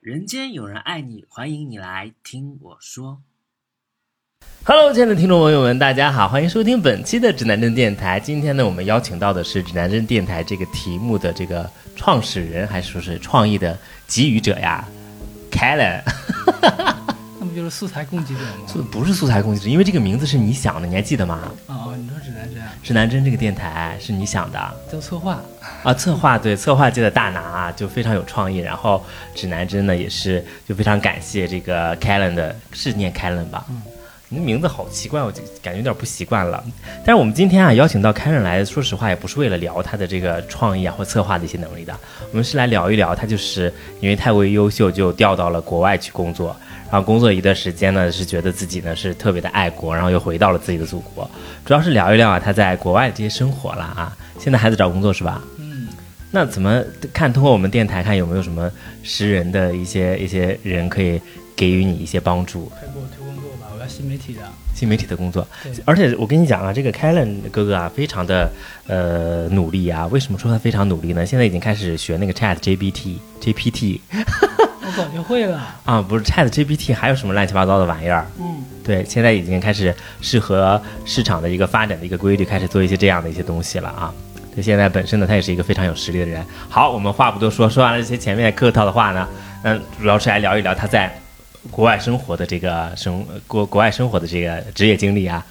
人间有人爱你，欢迎你来听我说。 Hello，亲爱的听众朋友们，大家好，欢迎收听本期的指南针电台。今天呢，我们邀请到的是指南针电台这个题目的这个创始人，还是说是创意的给予者呀，Kellen。 那不就是素材供给者吗？素不是素材供给者，因为这个名字是你想的，你还记得吗？啊、哦，你说指南针啊，指南针这个电台是你想的叫策划，啊，策划对策划界的大拿啊，就非常有创意。然后指南针呢，也是就非常感谢这个 Kellen 的，是念 Kellen 吧？嗯，你的名字好奇怪，我就感觉有点不习惯了。但是我们今天啊，邀请到 Karen 来，说实话也不是为了聊他的这个创意啊或策划的一些能力的，我们是来聊一聊他就是因为太过于优秀，就调到了国外去工作。然后工作一段时间呢，是觉得自己呢是特别的爱国，然后又回到了自己的祖国。主要是聊一聊啊，他在国外的这些生活了啊。现在还在找工作是吧？嗯，那怎么看？通过我们电台看有没有什么识人的一些一些人可以给予你一些帮助？快给我推工作吧，我要新媒体的。新媒体的工作对。而且我跟你讲啊，这个 Kellen 哥哥啊，非常的呃努力啊。为什么说他非常努力呢？现在已经开始学那个 Chat GPT、GPT 我早就会了，啊，不是 Chat GPT，还有什么乱七八糟的玩意儿？嗯，对，现在已经开始适合市场的一个发展的一个规律，开始做一些这样的一些东西了啊。对，现在本身呢，他也是一个非常有实力的人。好，我们话不多说，说完了这些前面客套的话呢，嗯，主要是来聊一聊他在国外生活的这个生呃国国外生活的这个职业经历啊。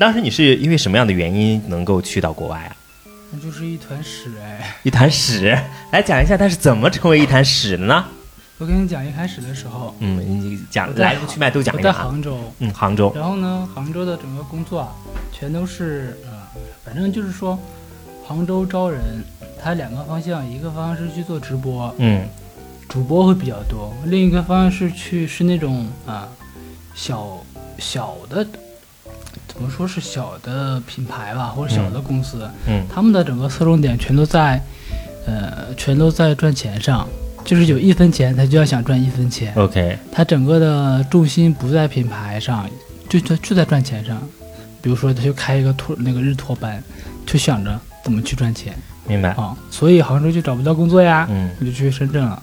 当时你是因为什么样的原因能够去到国外啊？那就是一团屎哎！一潭屎，来讲一下他是怎么成为一潭屎的呢？我跟你讲，一开始的时候，嗯，你讲我在来龙去脉都讲我一讲在啊。杭州，嗯，杭州，然后呢，杭州的整个工作啊，全都是呃，反正就是说，杭州招人，它两个方向，一个方向是去做直播，嗯主播会比较多；另一个方向是去是那种啊、小小的，怎么说是小的品牌吧，或者小的公司，嗯他们的整个侧重点全都在，呃，全都在赚钱上，就是有一分钱，他就要想赚一分钱， ，OK，他整个的重心不在品牌上，就就就在赚钱上。比如说，他就开一个托那个日托班，就想着怎么去赚钱明白。啊、所以杭州就找不到工作呀，嗯我就去深圳了。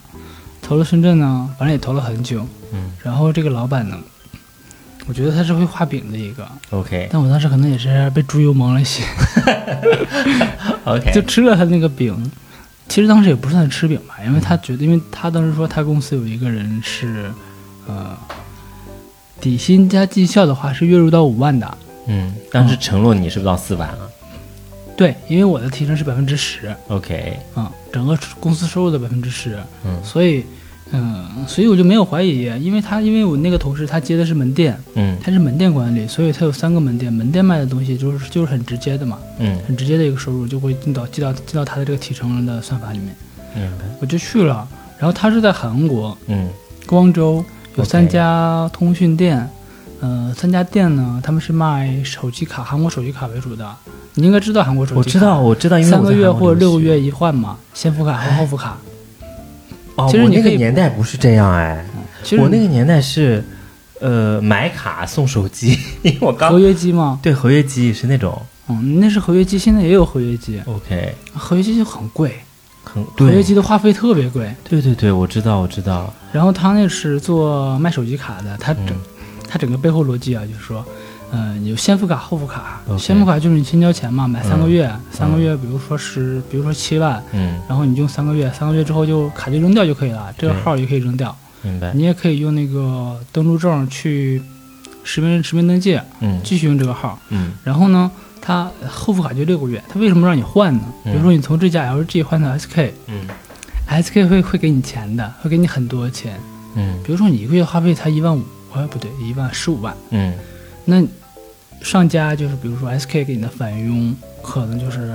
投了深圳呢，反正也投了很久。嗯然后这个老板呢，我觉得他是会画饼的一个， ，OK 但我当时可能也是被猪油蒙了些， OK，就吃了他那个饼。其实当时也不算吃饼吧，因为他觉得，因为他当时说他公司有一个人是，呃，底薪加绩效的话是月入到五万的。嗯，当时承诺你是不是到四万啊对，因为我的提成是百分之十， ？OK，啊，整个公司收入的百分之十。嗯所以，嗯、所以我就没有怀疑，因为他因为我那个同事他接的是门店，嗯他是门店管理，所以他有三个门店，门店卖的东西就是就是很直接的嘛，嗯，很直接的一个收入就会进到进到进到他的这个提成的算法里面。嗯明白。我就去了，然后他是在韩国嗯光州有 OK 三家通讯店。呃，三家店呢，他们是卖手机卡，韩国手机卡为主的。你应该知道韩国手机卡，我知道，我知道，因为三我个在月韩国或者留六个学哎月一换嘛，先付卡和后付卡。哦，其实我你那可个以嗯年代不是这样哎，其实我那个年代是，呃，买卡送手机，因为我合刚约机嘛，对合约机是那种嗯，那是合约机，现在也有合约机， OK，合约机就很贵，很合约对机的话费特别贵。对对对，我知道我知道，然后他那是做卖手机卡的，他整、嗯他整个背后逻辑啊，就是说，嗯、有先付卡、后付卡。 OK 先付卡就是你先交钱嘛，买三个月，三个嗯月，比如说是，比如说七万，嗯，然后你用三个月，三个月之后就卡就扔掉就可以了，这个对号也可以扔掉。明白，你也可以用那个登录证去实名实名登记，嗯继续用这个号。嗯然后呢，它后付卡就六个月，它为什么让你换呢？比嗯如说你从这家 LG 换到 SK，SK、嗯 SK 会会给你钱的，会给你很多钱。嗯比如说你一个月花费才一万五，哎不对，一万十五万，嗯那上家就是比如说 SK 给你的返佣可能就是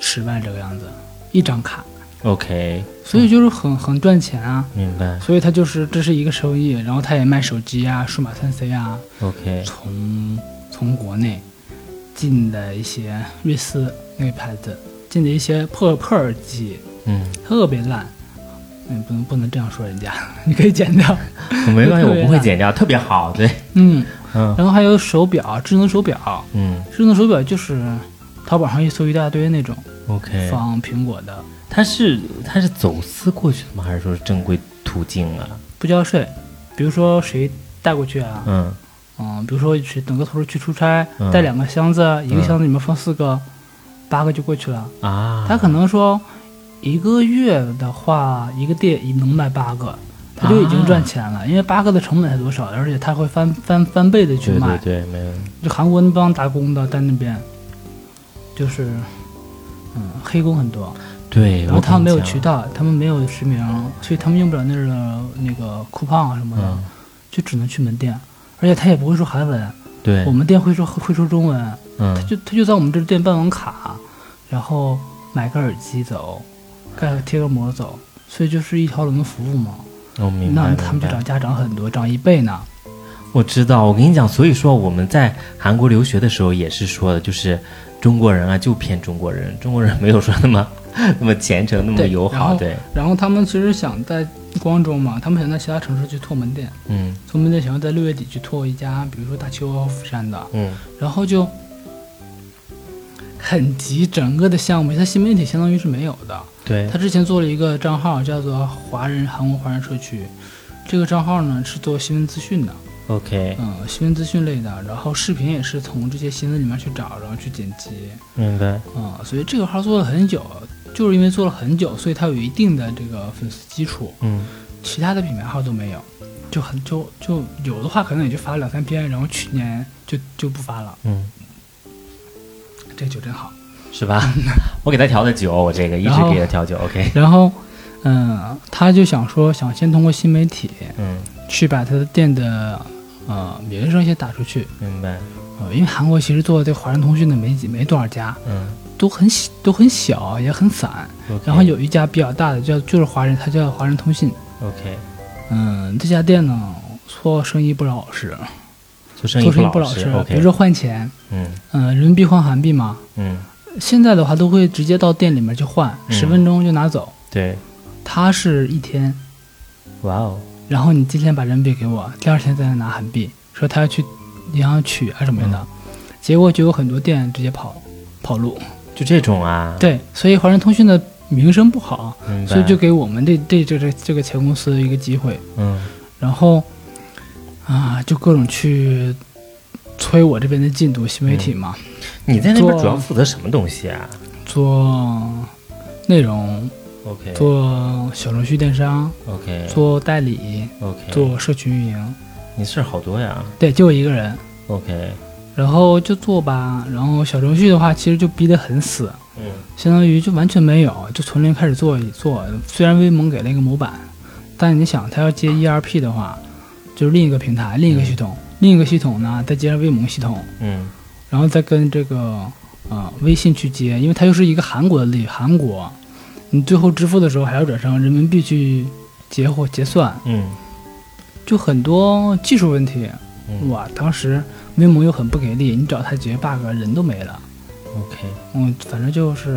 十万这个样子，一张卡， ，OK，所以就是很很赚钱啊。明白所以它就是这是一个收益，然后它也卖手机啊、数码三 C 啊， ，OK，从从国内进的一些瑞思那个牌子进的一些破破耳机，嗯，特别烂。嗯，不能不能这样说人家， 你可以剪掉。 没关系，特我别不会大剪掉，特别好，对，嗯，嗯然后还有手表，智能手表，嗯智能手表就是淘宝上一搜一大堆那种，OK，仿苹果的，他是他是走私过去的吗？还是说是正规途径啊？不交税，比如说谁带过去啊，嗯嗯、比如说谁等个同事去出差，嗯带两个箱子，一个嗯箱子里面放四个，八个就过去了。啊，他可能说一个月的话，一个店能卖八啊个，他就已经赚钱了，因为八个的成本才多少，而且他会翻翻翻倍的去对卖。对对，没有，就韩国那帮打工的在那边，就是嗯黑工很多，对，然我后他们没有跟你渠讲，道，他们没有实名，所以他们用不了那儿的那个 coupon 啊什么的，嗯，就只能去门店，而且他也不会说韩文，对我，们店会说会说中文，他嗯，就他就在我们这店办完卡，然后买个耳机走，盖个贴个膜走，所以就是一条龙的服务嘛。我明白，那明他们就白涨价涨很多，涨一倍呢。我知道，我跟你讲，所以说我们在韩国留学的时候也是说的，就是中国人啊，就偏中国人，中国人没有说那么 那么虔诚，那么对友然好，后对，然后他们其实想在光州嘛，他们想在其他城市去拓门店，嗯从门店想要在六月底去拓一家，比如说大邱啊、釜山的，嗯，然后就很急，整个的项目，它新媒体相当于是没有的。对他，之前做了一个账号，叫做华人韩国华人社区，这个账号呢是做新闻资讯的， OK，嗯，新闻资讯类的，然后视频也是从这些新闻里面去找，然后去剪辑，明白，嗯，所以这个号做了很久，就是因为做了很久，所以它有一定的这个粉丝基础，嗯，其他的品牌号都没有，就很就就有的话可能也就发两三篇，然后去年就就不发了，嗯，这酒真好。是吧？ 我给他调的酒，我这个一然直后给他调酒，OK，然后，嗯，他就想说，想先通过新媒体嗯，去把他的店的呃名声先打出去，明白，呃，因为韩国其实做这个华人通讯的没几没多少家，嗯都很小都很小，也很散。 ，OK，然后有一家比较大的叫就是华人，它叫华人通信。 OK，嗯，这家店呢做生意不老实，做生意做生意不老实比如，OK，说换钱，嗯嗯、人民币换韩币嘛，嗯，现在的话都会直接到店里面去换，嗯十分钟就拿走。对，他是一天，哇哦，然后你今天把人民币给我，第二天再来拿韩币，说他要去银行取啊什么嗯的，结果就有很多店直接跑跑路。就这种啊，，对，所以华人通讯的名声不好，明白，所以就给我们这这这这这个前公司一个机会，嗯然后啊，就各种去催我这边的进度，新媒嗯体嘛，你在那边做主要负责什么东西啊做内容， ？OK，做小程序电商， OK，做代理， OK，做社群运营，你事儿好多呀对，就我一个人， ，OK，然后就做吧，然后小程序的话，其实就逼得很死。嗯。相当于就完全没有，就从零开始做一做。虽然微盟给了一个模板，但你想，它要接 ERP 的话，就是另一个平台、另一个系统，另一个系统呢，再接上微盟系统，嗯然后再跟这个呃微信去接，因为它又是一个韩国的例，韩国，你最后支付的时候还要转成人民币去结或结算，嗯就很多技术问题。嗯哇，当时微盟又很不给力，你找他解决 bug，人都没了。 ，OK，嗯，反正就是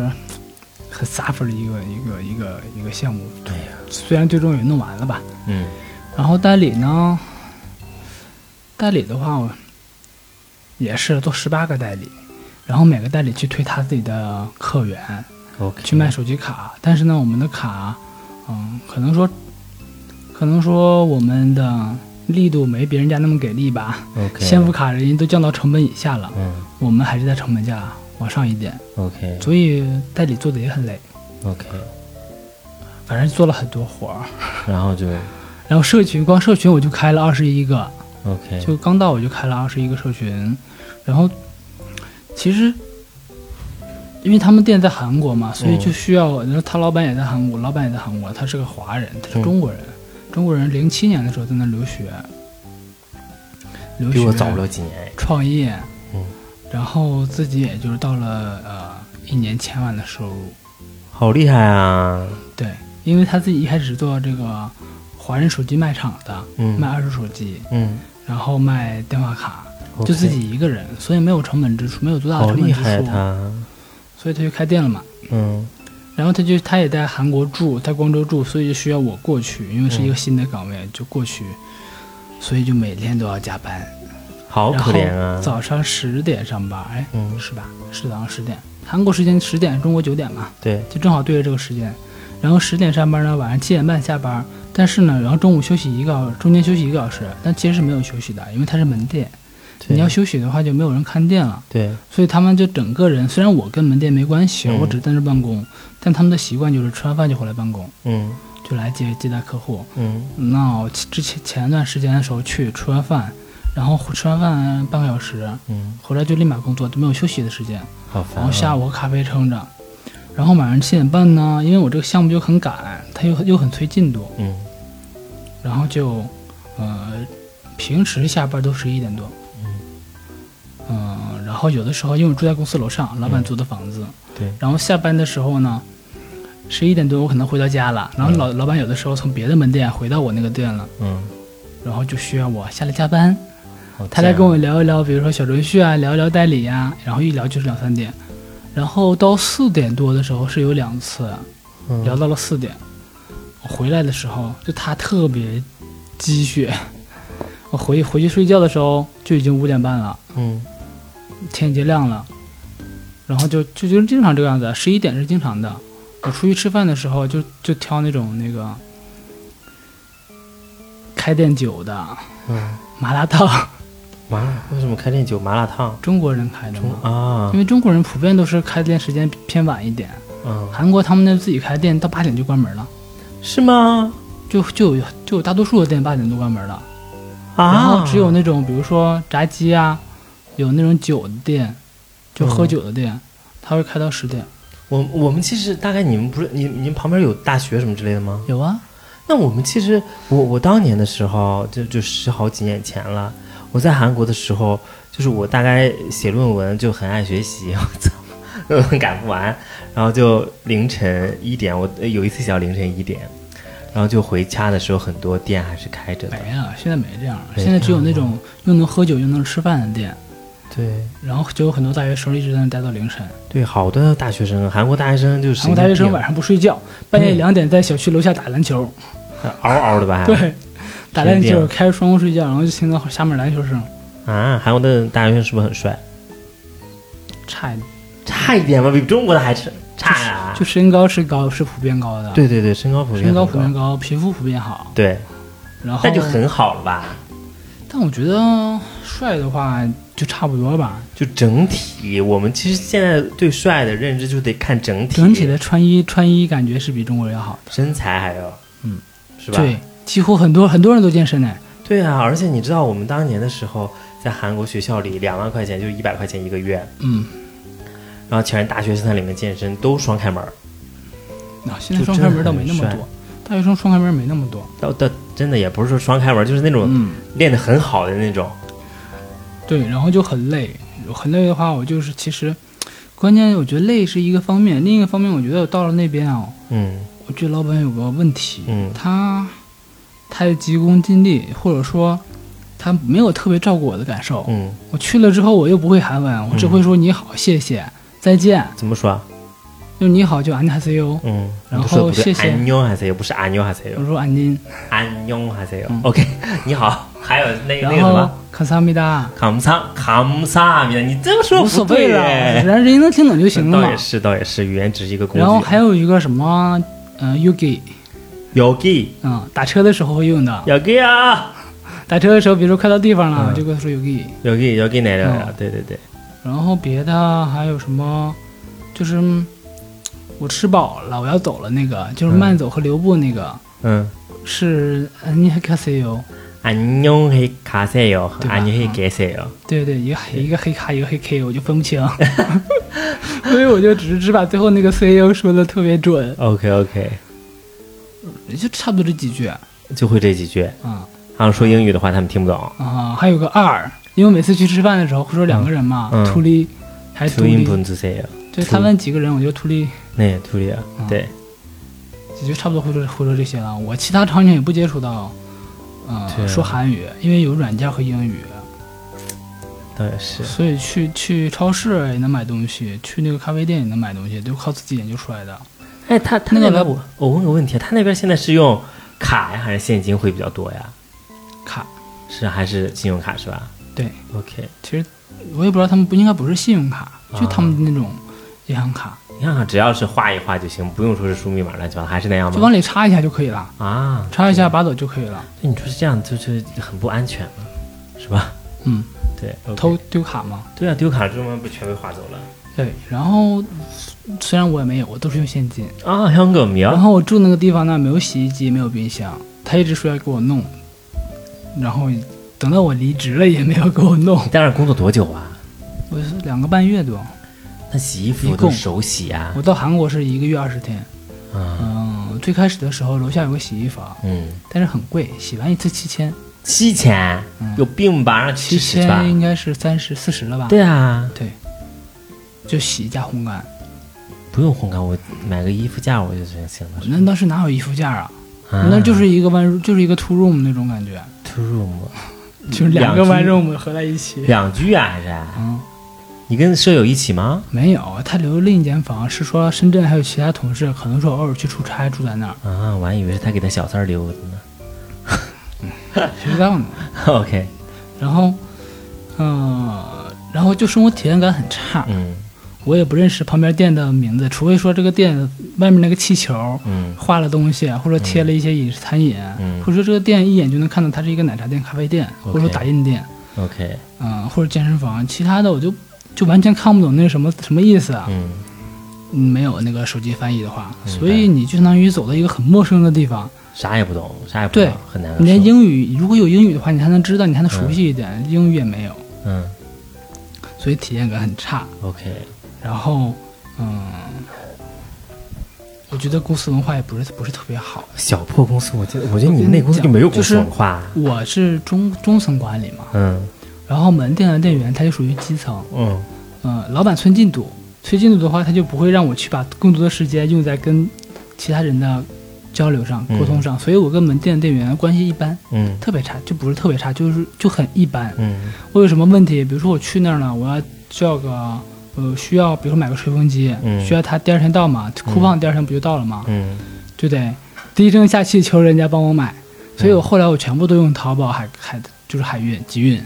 很 suffer 的一个一个一个一个项目，对呀，虽然最终也弄完了吧。嗯然后代理呢，代理的话，我也是做十八个代理，然后每个代理去推他自己的客源， ，OK，去卖手机卡。但是呢，我们的卡，嗯，可能说，可能说我们的力度没别人家那么给力吧。嗯，OK，先付卡人家都降到成本以下了，嗯我们还是在成本价往上一点， ，OK 所以代理做的也很累。 OK，反正做了很多活儿，然后就然后社群光社群我就开了二十一个， OK，就刚到我就开了二十一个社群，然后其实因为他们店在韩国嘛，所以就需要，然后他老板也在韩国，老板也在韩国，他是个华人，他是中国人，嗯中国人零七年的时候在那留学，留比学我早不了几年哎，创业，嗯然后自己也就是到了呃一年千万的收入，好厉害啊，对，因为他自己一开始做这个华人手机卖场的，嗯卖二手手机，嗯，然后卖电话卡， OK 就自己一个人，所以没有成本支出，没有多大的好成本厉支出，害啊他，所以他就开店了嘛。嗯然后他就他也在韩国住，在光州住，所以就需要我过去，因为是一个嗯新的岗位，就过去，所以就每天都要加班。好可怜啊然后，早上十点上班，哎，嗯是吧？是早上十点，韩国时间十点，中国九点嘛，对，就正好对着这个时间。然然后十点上班呢，晚上七点半下班，但是呢，然后中午休息一个小时，中间休息一个小时，但其实是没有休息的，因为它是门店，你要休息的话就没有人看店了，对，所以他们就整个人，虽然我跟门店没关系，嗯我只是在那办公，但他们的习惯就是吃完饭就回来办公，嗯就来接接待客户。嗯那我之前前段时间的时候去吃完饭，然后吃完饭半个小时嗯，回来就立马工作，就没有休息的时间。好烦、然啊。后下午喝咖啡撑着，然后晚上七点半呢，因为我这个项目就很赶，它又又很催进度，嗯然后就呃平时下班都十一点多，嗯、然后有的时候因为我住在公司楼上，老板租的房子，对然后下班的时候呢。十一点多，我可能回到家了，然后老、老板有的时候从别的门店回到我那个店了，嗯，然后就需要我下来加班，好他来贱啊跟我聊一聊，比如说小程序啊，聊一聊代理呀、然后一聊就是两三点，然后到四点多的时候是有两次，嗯聊到了四点，我回来的时候就他特别鸡血， 我回回去睡觉的时候就已经五点半了，嗯天已经亮了，然后就就就经常这个样子，啊十一点是经常的。我出去吃饭的时候就就挑那种那个开店酒的嗯，麻辣烫，麻辣为什么开店酒麻辣烫？中国人开的中嘛。啊因，为中国人普遍都是开店时间偏晚一点，嗯，韩国他们那自己开店到八点就关门了，是吗？就就有就有大多数的店八点都关门了，啊，然后只有那种比如说炸鸡啊，有那种酒的店，就喝酒的嗯店，他会开到十点。我我们其实大概你们不是你你们旁边有大学什么之类的吗？有啊，那我们其实，我我当年的时候，就就十好几年前了。我在韩国的时候，就是我大概写论文就很爱学习，我操， 论文赶不完，然后就凌晨一点，我呃有一次写到凌晨一点，然后就回家的时候，很多店还是开着的。没了，现在没这样了，没啊现在只有那这样种又能喝酒又能吃饭的店，对然后就有很多大学生一直在那待到凌晨，对，好多大学生，韩国大学生就是韩国大学生晚上上不睡觉，半夜嗯两点在小区楼下打篮球，嗷嗷的吧？还对，打篮神经球病开着窗户睡觉，然后就听到下面篮球声，啊，韩国的大学生是不是很帅？差一点。差一点吧，比中国的还差差啊！就身高是高，是普遍高的。，对对对，身高普遍身高很普遍高，皮肤普遍好。对，然后，那就很好了吧？但我觉得帅的话就差不多吧。就整体，我们其实现在对帅的认知就得看整体，整体的穿衣穿衣感觉是比中国人要好身材还有，嗯，是的。吧？对，几乎很多很多人都健身哎呢。对啊，而且你知道我们当年的时候，在韩国学校里，两万块钱就一百块钱一个月，嗯，然后全是大学生在里面健身，都双开门儿，啊，现在双开门倒没那就真么的很多，大学生双开门没那么多。到到真的也不是说双开门儿，就是那种嗯，练得很好的那种，对，然后就很累，很累的话，我就是其实，关键我觉得累是一个方面，另一个方面，我觉得我到了那边啊、嗯我觉得老板有个问题，嗯他太急功近利，或者说他没有特别照顾我的感受。嗯，我去了之后，我又不会韩文，我只会说你好、谢谢、再见，怎么说啊？就你好就안녕하세요，嗯，然后你说的不对谢嗯谢安妞还是有，不是安妞还是我有，说安녕，安妞还是有。OK，你好，还有那个那个嗯然什后么。 감사합니다，卡姆萨卡姆萨米，你这么说无所不对谓了，耶嗯人家人家能听懂就行了倒嘛也。是，倒也是，语言只是一个工具。然后还有一个什么，呃，Yugi， yogi 嗯，打车的时候会用的。 yogi 啊打车的时候，比如说快到地方了，嗯就跟我说 Yugi。 ，yogi yogi 哪个呀嗯？对对对，然后别的还有什么，就是嗯我吃饱了，我要走了那个，就是慢走和留步那个、嗯，是呃安妮卡西尤，安妞黑卡塞哟，对吧嗯安妞黑给塞哟，对对，一个黑一个黑卡，一个黑 K，我就分不清， 所以我就只是只把最后那个 C A O 说的特别准， OK OK，也就差不多这几句啊就会这几句。啊、然后说英语的话，他们听不懂。还有个二，因为每次去吃饭的时候会说两个人嘛嗯，嗯图利、还是 two 图 in 利， punz say 哟，对他们几个人，我就图利。那也 two 呀，啊嗯对也就差不多会说会说这些了。我其他场景也不接触到，呃，对说韩语，因为有软件和英语，倒也是。所以去去超市也能买东西，去那个咖啡店也能买东西，都靠自己研究出来的。哎，他他那那个边我我问个问题，他那边现在是用卡呀，还是现金会比较多呀？卡，是还是信用卡是吧对， ？OK，其实我也不知道他们不应该不是信用卡，啊就他们那种银行卡，你看看，只要是画一画就行，不用说是输密码乱七八糟，还是那样就往吗？里插一下就可以了，啊，插一下把走就可以了。对，你说是这样，就是很不安全嘛，是吧？嗯， 对，偷 OK 丢卡嘛。对啊，丢卡这东西不全被划走了对，然后虽然我也没有，我都是用现金。啊？香港苗然后我住那个地方呢，没有洗衣机，没有冰箱，他一直说要给我弄，然后等到我离职了也没有给我 弄，你在那儿工作多久啊？我是两个半月多。那洗衣服一我都共手洗啊我。到韩国是一个月二十天。啊，嗯，最开始的时候楼下有个洗衣房，嗯，但是很贵，洗完一次七千，七千，有病吧？让嗯七七十吧千？应该是三十四十了吧？对啊，对，就洗加烘干。不用烘干，我买个衣服架我就行行了。我那当时哪有衣服架啊？啊那就是一个 one 就是一个 two room 那种感觉， two room 就是两个嗯两 one 居 room 合在一起。两居啊，还是？嗯，你跟舍友一起吗？没有，啊他留另一间房，是说深圳还有其他同事，可能说偶尔去出差住在那儿，啊，我还以为是他给他小三儿留的呢。 谁知道呢？ OK，然后，呃，然后就生活体验感很差，嗯我也不认识旁边店的名字，除非说这个店外面那个气球嗯画了东西，啊或者贴了一些饮食餐饮，啊嗯或者说这个店一眼就能看到它是一个奶茶店、咖啡店， OK 或者说打印店， ，OK，嗯、或者健身房，其他的我就就完全看不懂那是什么什么意思啊，嗯嗯没有那个手机翻译的话，明白所以你就相当于走到一个很陌生的地方，啥也不懂，啥也不对懂，很难受。你连英语如果有英语的话，你还能知道，你还能熟悉一点，英语也没有，嗯所以体验感很差。 ，OK，然后，嗯，我觉得公司文化也不是不是特别好。小破公司，我觉得我觉得你们那公司就没有公司文化。我是中中层管理嘛，嗯然后门店的店员他就属于基层，嗯嗯，老板催进度，催进度的话，他就不会让我去把更多的时间用在跟其他人的交流上、嗯沟通上，所以我跟门店的店员关系一般，嗯特别差，就不是特别差，就是就很一般。嗯我有什么问题，比如说我去那儿了，我要叫个。呃，需要比如说买个吹风机，嗯需要他第二天到吗？酷胖第二天不就到了吗？嗯就得低声下气求人家帮我买，所以我后来我全部都用淘宝海海就是海运集运，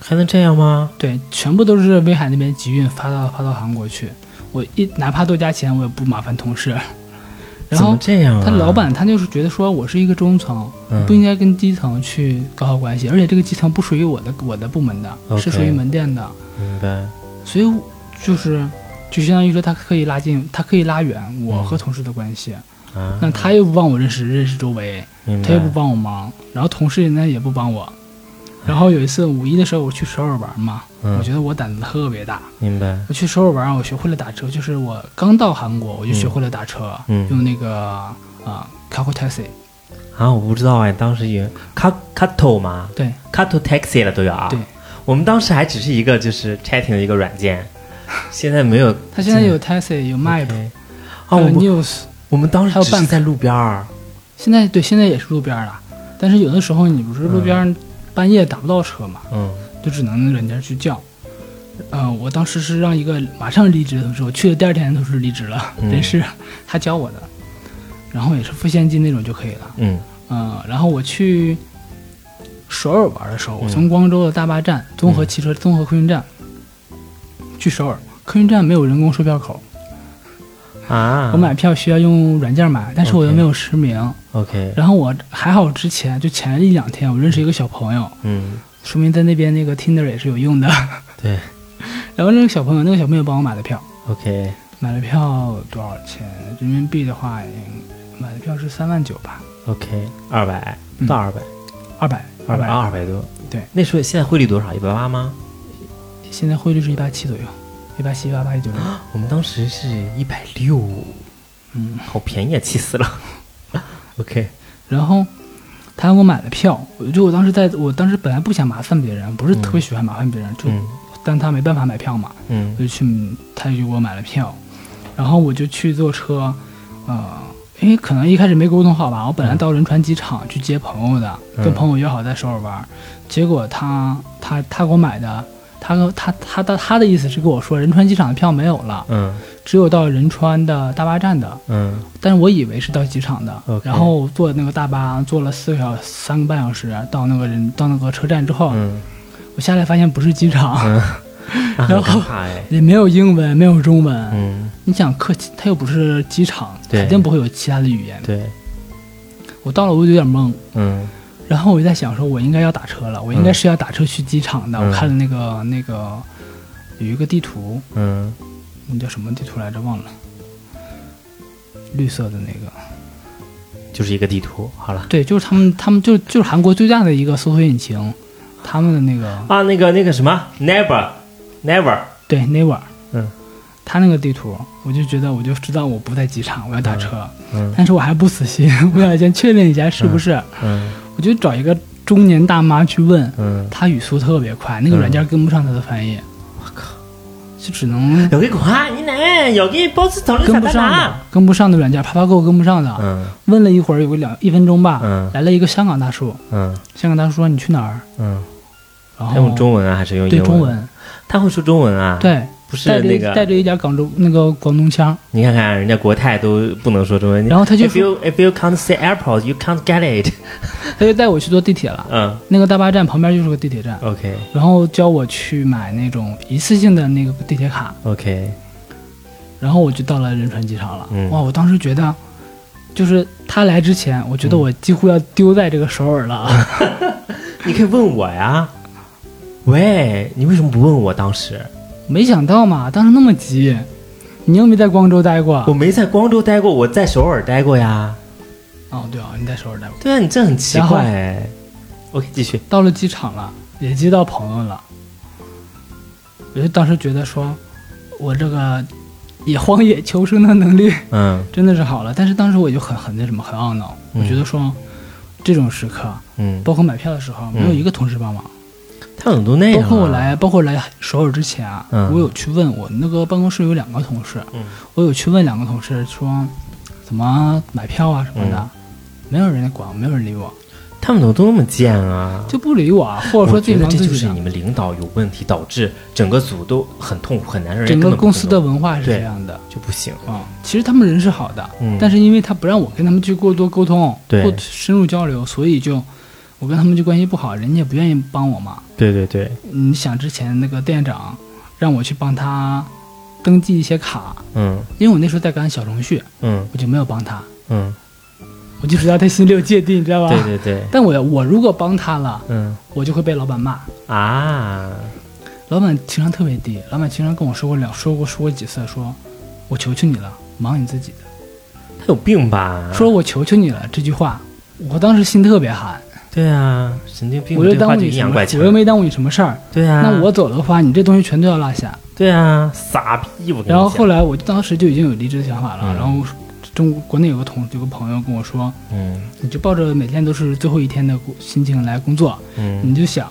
还能这样吗？对，全部都是威海那边集运发到发到韩国去。我一哪怕多加钱，我也不麻 烦同事。然怎么后这样、啊？他老板他就是觉得说我是一个中层，嗯不应该跟基层去搞好关系，而且这个基层不属于我的我的部门的， OK 是属于门店的，明白，所以我就是就相当于说他可以拉近，他可以拉远我和同事的关系，嗯啊，嗯那他又不帮我认识认识周围，明白他又不帮我忙，然后同事呢也不帮我。然后有一次五一的时候，我去首尔玩嘛，嗯我觉得我胆子特别大。明白，我去首尔玩，我学会了打车，就是我刚到韩国我就学会了打车，嗯用那个啊、呃、c a c o taxi，啊，我不知道哎，当时以为卡卡头吗？对卡头 taxi 了都要啊。对，我们当时还只是一个就是 chatting 的一个软件，现在没有。 他现在有 taxi 有 map，、 OK 啊，还我有们 news，我们当时还有只是 Bank 在路边儿，现在对现在也是路边了，但是有的时候你不是路边半夜打不到车嘛，嗯就只能人家去叫。呃，我当时是让一个马上离职的同事，我去了第二天的同事离职了， 嗯真是他教我的。然后也是付现金那种就可以了。嗯嗯、然后我去首尔玩的时嗯候，我从光州的大巴站、综合汽车、综合客运站去首尔。客运站没有人工售票口，啊，我买票需要用软件买，但是我又 OK 没有实名。 OK，然后我还好，之前就前一两天我认识一个小朋友，嗯，说明在那边那个 Tinder 也是有用的。 对然后那个小朋友，那个小朋友帮我买的票， ，OK，买了票多少钱？人民币的话，嗯买的票是三万九吧， OK，二百嗯到二百，二百，二百百。二百多。对，那时候现在汇率多少？一百八吗？现在汇率是一八七左右，一八七、一八八、一九六。我们当时是一百六，嗯，好便宜啊，气死了。OK，然后他给我买了票，我就我当时在我当时本来不想麻烦别人，不是特别喜欢麻烦别人，就、嗯但他没办法买票嘛，嗯我就去他就给我买了票，然后我就去坐车，呃。因为可能一开始没沟通好吧，我本来到仁川机场去接朋友的，嗯跟朋友约好在首尔玩儿，结果他他他给我买的，他跟他他他他的意思是跟我说仁川机场的票没有了，嗯只有到仁川的大巴站的，嗯但是我以为是到机场的 OK 然后坐那个大巴坐了四个小三个半小时，到那个人到那个车站之后，嗯我下来发现不是机场，那很然后尴尬哎，也没有英文，没有中文。嗯，你想客气，它又不是机场，对肯定不会有其他的语言。对，我到了，我就有点懵。嗯然后我就在想，说我应该要打车了，我应该嗯是要打车去机场的。嗯我看了那个那个有一个地图，嗯，那叫什么地图来着？忘了，绿色的那个。就是一个地图，好了。对，就是他们，他们就就是韩国最大的一个搜索引擎，他们的那个啊，那个那个什么，never never，对 Naver，嗯，他那个地图，我就觉得我就知道我不在机场，我要打车，嗯但是我还不死心， 我想先确认一下是不是，嗯我就找一个中年大妈去问，嗯，她语速特别快，那个软件跟不上她的翻译，我靠，就只 能有个瓜，你奶，有个包子头的跟不上的，跟不上的软件，啪啪给我跟不上的，啊嗯问了一会儿有个两一分钟吧，嗯来了一个香港大叔，嗯香港大叔说你去哪儿，嗯，然他后用中文啊还是用英哦对文？中，文，他会说中文啊？，对。不是带着那一带个，着一点广州那个广东腔，你看看人家国泰都不能说中文，然后他就 if you if you can't say airport, you can't get it。他就带我去坐地铁了。嗯那个大巴站旁边就是个地铁站， ，OK 然后教我去买那种一次性的那个地铁卡， OK，然后我就到了仁川机场了。嗯哇，我当时觉得，就是他来之前，我觉得我几乎要丢在这个首尔了。啊你可以问我呀。喂，你为什么不问我当时？ 没想到嘛，当时那么急，你又没在光州待过。我没在光州待过，我在首尔待过呀。哦，对啊，你在首尔待过。对啊，你这很奇然后怪哎。OK，继续。到了机场了，也接到朋友了，我就当时觉得说，我这个野荒野求生的能力嗯真的是好了。但是当时我就很很那什么，很懊恼，我觉得说。这种时刻，嗯，包括买票的时候，没有一个同事帮忙。他们都那样、啊包括我，来，包括来首尔之前啊，哎嗯我有去问我那个办公室有两个同事，嗯我有去问两个同事说怎么买票啊什么嗯的，没有人管我，没有人理我，他们怎么都那么贱啊？就不理我啊，或者说自己觉得忙这自就是己你的。们领导有问题，导致整个组都很痛苦，很难让人整根个本不公司的动文化是对这样的就不行。啊、其实他们人是好的，嗯但是因为他不让我跟他们去过多沟通，对过深入交流，所以就我跟他们就关系不好，人家也不愿意帮我嘛。对对对，你想之前那个店长让我去帮他登记一些卡，嗯因为我那时候在干小程序，嗯我就没有帮他，嗯，我就知道他心里有芥蒂，你知道吧？对对对，但我我如果帮他了，嗯我就会被老板骂。啊，老板情商特别低，老板经常跟我说过两说过说过几次，说我求求你了，忙你自己的。他有病吧？说我求求你了这句话，我当时心特别寒，对啊，神经病，我又这耽话误就你阴什阳么怪事，气我。又没耽误你什么事儿。对啊，那我走了的话，你这东西全都要落下。对啊，傻逼！我跟你然后后来，来我当时就已经有离职的想法了，嗯然后中国内有个同有个朋友跟我说，嗯你就抱着每天都是最后一天的心情来工作，嗯，你就想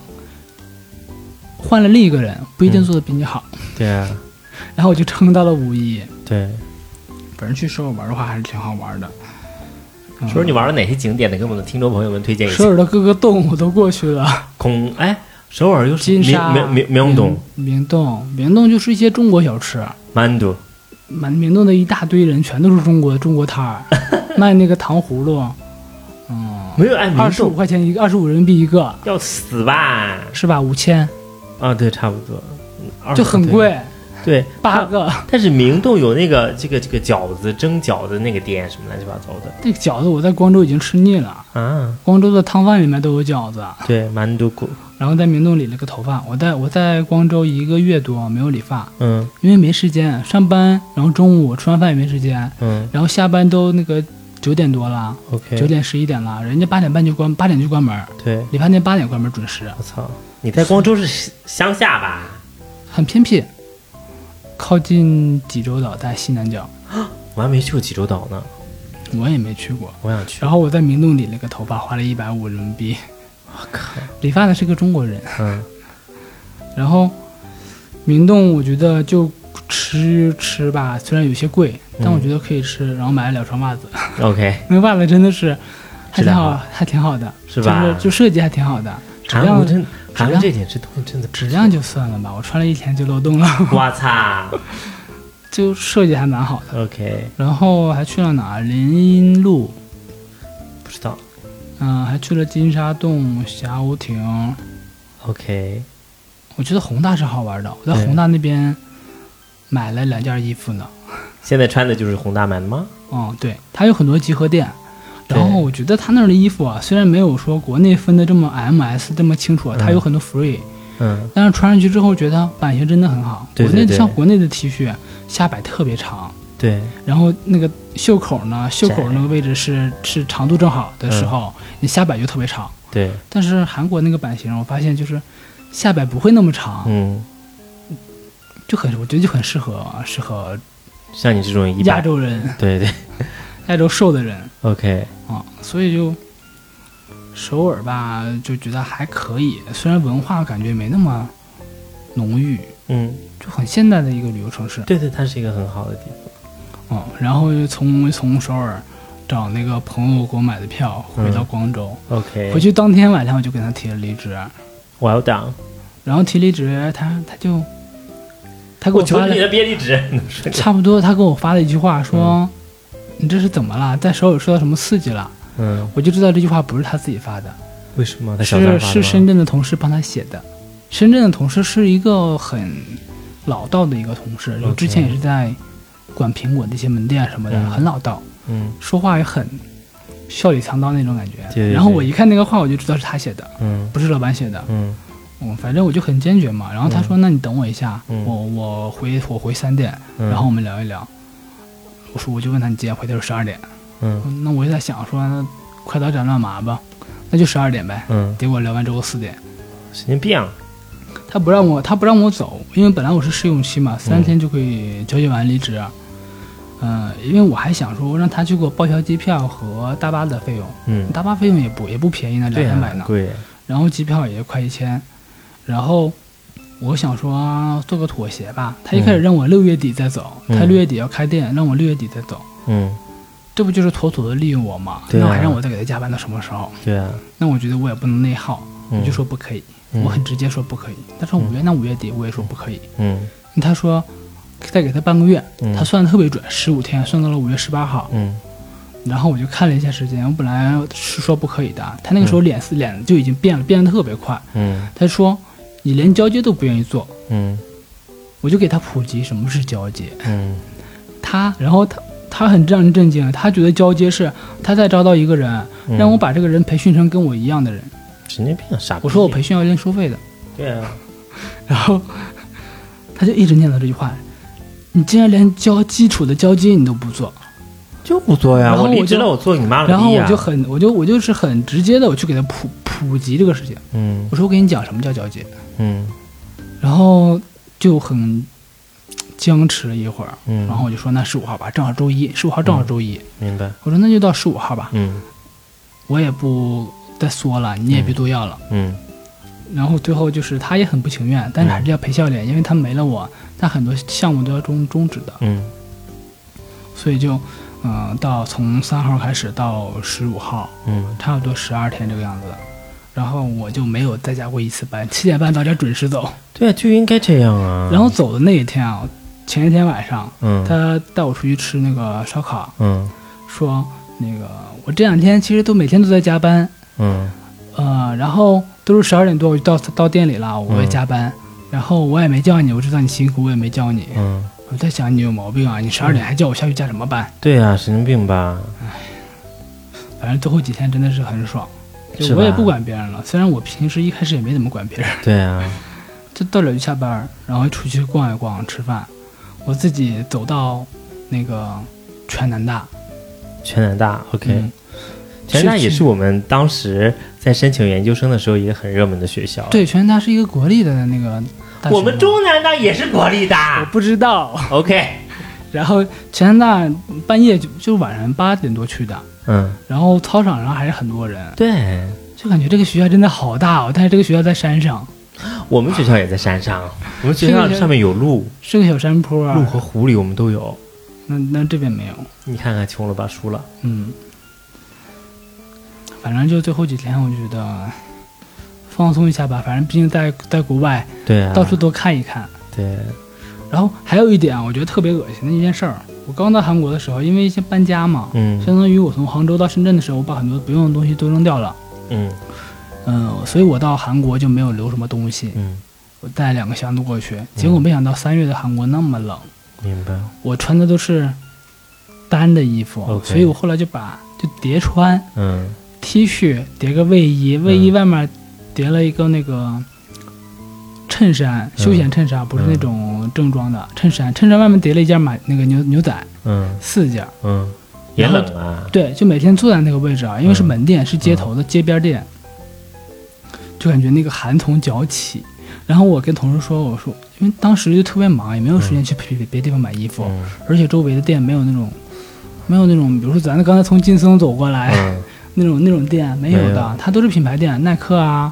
换了另一个人，不一定嗯做的比你好。对啊，然后我就撑到了五一，对。反正去首尔玩的话还是挺好玩的。嗯说说你玩了哪些景点的，给我们的听众朋友们推荐一下首。尔的各个洞我都过去了，孔哎，首尔又是金沙、嗯明明明明洞、明明洞、明洞就是一些中国小吃，曼都，满明洞的一大堆人全都是中国中国 摊儿，卖那个糖葫芦，嗯，没有哎，明二十五洞块钱一个，二十五人民币一个，要死吧？是吧？五千啊，对，差不多，嗯就很。 20贵，对，对八个。 但是明洞有那个这个这个饺子蒸饺子那个店什么乱七八糟的那个饺子我在光州已经吃腻了，啊，光州的汤饭里面都有饺子，对，曼都古，然后在明洞理了个头发。我在我在光州一个月多没有理发，嗯因为没时间上班，然后中午吃完饭也没时间，嗯然后下班都那个九点多了，九，OK，点十一点了，人家八点半就关，八点就关门，对，理发店八点关门准时，我操，你在光州是乡下吧？很偏僻，靠近济州岛在西南角，我还没去过济州岛呢，我也没去过。我想去。然后我在明洞理了个头发，花了一百五人民币，我靠，理发的是个中国人。嗯然后明洞我觉得就吃吃吧，虽然有些贵，嗯但我觉得可以吃。然后买了两双袜子， ，OK，那袜子真的是质还挺量好好，还挺好的，是吧就是就设计还挺好的，质韩国量真，韩国量这点这东西真的质量就算了吧，我穿了一天就漏洞了， 我操就设计还蛮好的。 ，OK，然后还去了哪儿？林荫路，不知道嗯、还去了金沙洞、霞湖亭， ，OK，我觉得宏大是好玩的，我在对宏大那边买了两件衣服呢。现在穿的就是宏大买的吗？嗯，对，它有很多集合店。对然后我觉得它那儿的衣服啊，虽然没有说国内分的这么 M S 这么清楚啊，它嗯有很多 free，、嗯，但是穿上去之后觉得版型真的很好。对对国对内像国内的 T 恤下摆特别长，对，然后那个袖口呢，袖口窄嗯那个位置是是长度正好的时候，你下摆就特别长。对，但是韩国那个版型，我发现就是下摆不会那么长，嗯，就很我觉得就很适合啊适合像你这种一亚百，洲 人、对对亚洲瘦的人，OK，啊，所以就首尔吧，就觉得还可以，虽然文化感觉没那么浓郁，嗯，就很现代的一个旅游城市。对对，它是一个很好的地方。嗯，然后就从从首尔找那个朋友给我买的票回到广州。 OK，回去当天晚上我就给他提了离职，我要当，然后提离职，他他就他给我我求发着你了的别离职。差不多，他给我发了一句话说：“你这是怎么了？在首尔受到什么刺激了 嗯？”，我就知道这句话不是他自己发的，为什么？他小三儿是发是的深吗？圳的同事帮他写的。深圳的同事是一个很老道的一个同事，就 OK 之前也是在管苹果的一些门店什么的，嗯很老道，嗯说话也很笑里藏刀那种感觉。对对然后对我一看那个话，我就知道是他写的，嗯不是老板写的。嗯嗯，反正我就很坚决嘛。然后他说：“那你等我一下，嗯我我回我回三点，嗯，然后我们聊一聊。”我说：“我就问他你几点回？”他说：“十二点。嗯嗯”那我就在想说，那快刀斩乱麻吧，那就十二点呗。嗯，结果聊完之后四点，神经病啊。他不让我他不让我走，因为本来我是试用期嗯嘛，三天就可以交接完离职。嗯、因为我还想说让他去给我报销机票和大巴的费用，嗯，大巴费用也不也不便宜呢，两对千啊，百很呢。贵。然后机票也快一千，然后我想说做个妥协吧。他一开始让我六月底再走，嗯他六月底要开店，让我六月底再走，嗯，这不就是妥妥的利用我吗？对啊那还让我再给他加班到什么时候？对啊，那我觉得我也不能内耗，嗯我就说不可以，嗯我很直接说不可以。他说五月，那五月底我也说不可以。嗯他说再给他半个月，嗯他算的特别准，十五天算到了五月十八号。嗯然后我就看了一下时间，我本来是说不可以的，啊他那个时候脸色脸就已经变了，变得特别快。嗯他说你连交接都不愿意做，嗯我就给他普及什么是交接。嗯他，然后他他很让人震惊，啊他觉得交接是他再招到一个人，嗯，让我把这个人培训成跟我一样的人。神经病啊傻逼。我说我培训要另收费的，对啊，然后他就一直念叨这句话。你竟然连交基础的交接你都不做， 就不做呀。然后我我离职就了，我做你妈了个然后逼我呀就。很，我就我就是很直接的，我去给他普普及这个事情。嗯我说我给你讲什么叫交接，嗯然后就很僵持了一会儿，嗯，然后我就说那十五号吧，正好周一，十五号正好周一，明白。我说那就到十五号吧，嗯我也不再说了，你也别多要了。嗯然后最后就是他也很不情愿，但是还是要陪笑脸，因为他没了我，他很多项目都要终终止的，嗯所以就，嗯、到从三号开始到十五号，嗯，差不多十二天这个样子。然后我就没有再加过一次班，七点半到家准时走。对啊，就应该这样啊。然后走的那一天啊，前一天晚上，嗯他带我出去吃那个烧烤，嗯说那个我这两天其实都每天都在加班，嗯呃，然后都是十二点多我就到到店里了，我也加班，然后我也没叫你，我知道你辛苦，我也没叫你。嗯，我在想你有毛病啊，你十二点还叫我下去加什么班？对啊，神经病吧？反正最后几天真的是很爽，是就吧我也不管别人了。虽然我平时一开始也没怎么管别人，对啊，就到了就下班，然后出去逛一逛、吃饭。我自己走到那个全南大，全南大 OK。嗯，全南大是也是是我们当时在申请研究生的时候一个很热门的学校。，对，全南大是一个国立的那个大学嘛。我们中南大也是国立的。我不知道。 OK，然后全南大半夜就就晚上八点多去的，嗯，然后操场上还是很多人，对，就感觉这个学校真的好大哦。但是这个学校在山上，我们学校也在山上，啊我们学校这个上面有路，是个小山坡路啊。和湖里我们都有。那那这边没有，你看看，穷了吧，输了。嗯。反正就最后几天，我觉得放松一下吧。反正毕竟在在国外，对啊，到处都看一看。对，然后还有一点啊，我觉得特别恶心的一件事儿，我刚到韩国的时候，因为先搬家嘛，嗯相当于我从杭州到深圳的时候，我把很多不用的东西都扔掉了。嗯嗯，所以我到韩国就没有留什么东西。嗯我带两个箱子过去，结果没想到三月的韩国那么冷，明白。我穿的都是单的衣服 OK 所以我后来就把就叠穿嗯 T 恤叠个卫衣，卫衣嗯外面叠了一个那个衬衫，休嗯闲衬衫，不是那种正装的衬衫，衬衫外面叠了一件马那个牛牛仔，嗯四件。嗯，也然后冷啊。对，就每天坐在那个位置啊，因为嗯是门店，是街头的街边店，就感觉那个寒从脚起。然后我跟同事说，我说，因为当时就特别忙，也没有时间去别别别地方买衣服，嗯而且周围的店没有那种，没有那种，比如说咱刚才从劲松走过来、嗯那种那种店没有没的有，它都是品牌店，耐克啊，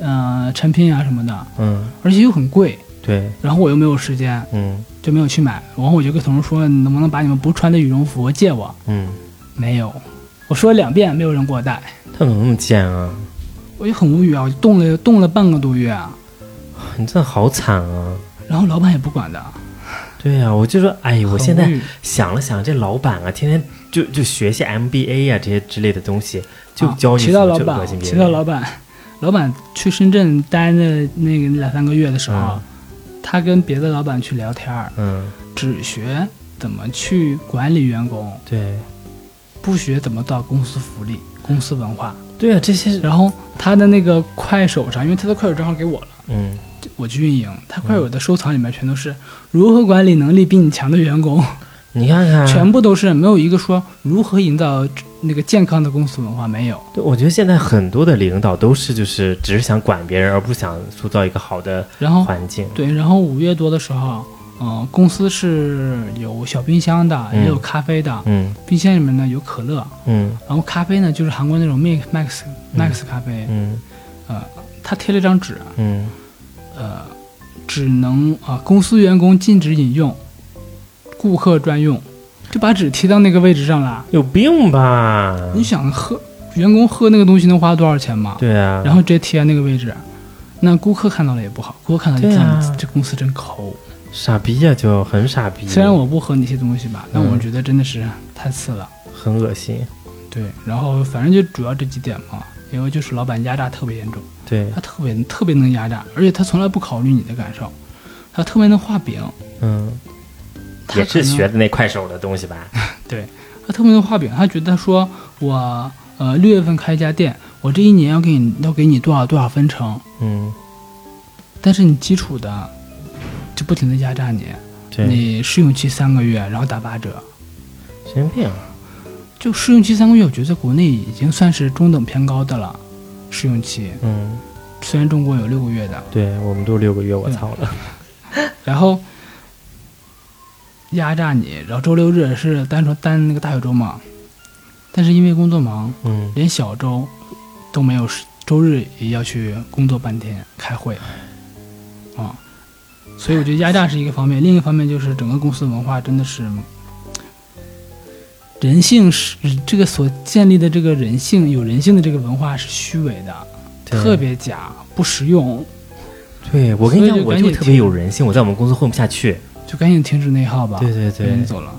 呃，产品啊什么的，嗯，而且又很贵。对，然后我又没有时间，嗯就没有去买。然后我就跟同事说，你能不能把你们不穿的羽绒服借我？嗯，没有，我说了两遍，没有人给我带，他怎么那么贱啊？我就很无语啊，我就冻了冻了半个多月啊，你真的好惨啊！然后老板也不管的，对呀、我就说，哎，我很现在无语想了想，这老板啊，天天就就学些 MBA 啊这些之类的东西，就啊教你提怎么到老去恶心板，别提人。到老板，老板去深圳待那那个两三个月的时候，嗯他跟别的老板去聊天儿，嗯，只学怎么去管理员工，对，不学怎么到公司福利、公司文化。对啊，这些，然后他的那个快手上，因为他的快手账号给我了。嗯，我去运营，他快手的收藏里面全都是如何管理能力比你强的员工，你看看，全部都是没有一个说如何营造那个健康的公司文化，没有。对，我觉得现在很多的领导都是就是只是想管别人，而不想塑造一个好的然后环境。对，然后五月多的时候，嗯、公司是有小冰箱的，嗯也有咖啡的，嗯冰箱里面呢有可乐，嗯然后咖啡呢就是韩国那种 Mix Max Max 咖啡，嗯呃，他贴了一张纸，嗯，呃，只能啊、公司员工禁止饮用，顾客专用，就把纸贴到那个位置上了。有病吧？你想喝员工喝那个东西能花多少钱吗？对啊，然后直接贴在那个位置，那顾客看到了也不好，顾客看到就对这啊嗯样，这公司真抠。傻逼呀、就很傻逼。虽然我不喝那些东西吧，但我嗯觉得真的是太次了。很恶心，对，然后反正就主要这几点嘛，一个就是老板压榨特别严重，对，他特别特别能压榨，而且他从来不考虑你的感受，他特别能画饼，嗯，他也是可能学的那快手的东西 吧？对，他特别能画饼，他觉得说我呃六月份开一家店，我这一年要给你要给你多少多少分成，嗯，但是你基础的就不停的压榨你，对，你试用期三个月，然后打八折。神经病。就试用期三个月，我觉得在国内已经算是中等偏高的了。试用期嗯，虽然中国有六个月的，对我们都六个月，我操啊了。然后压榨你，然后周六日是单纯单那个大小周嘛，但是因为工作忙，嗯，连小周都没有时，周日也要去工作半天开会，啊，所以我觉得压榨是一个方面，另一个方面就是整个公司文化真的是人性是这个所建立的这个人性有人性的这个文化是虚伪的，对特别假，不实用，对我跟你所讲，以就我赶就紧特别停有人性，我在我们公司混不下去。就赶紧停止内耗吧，对对对赶紧走了。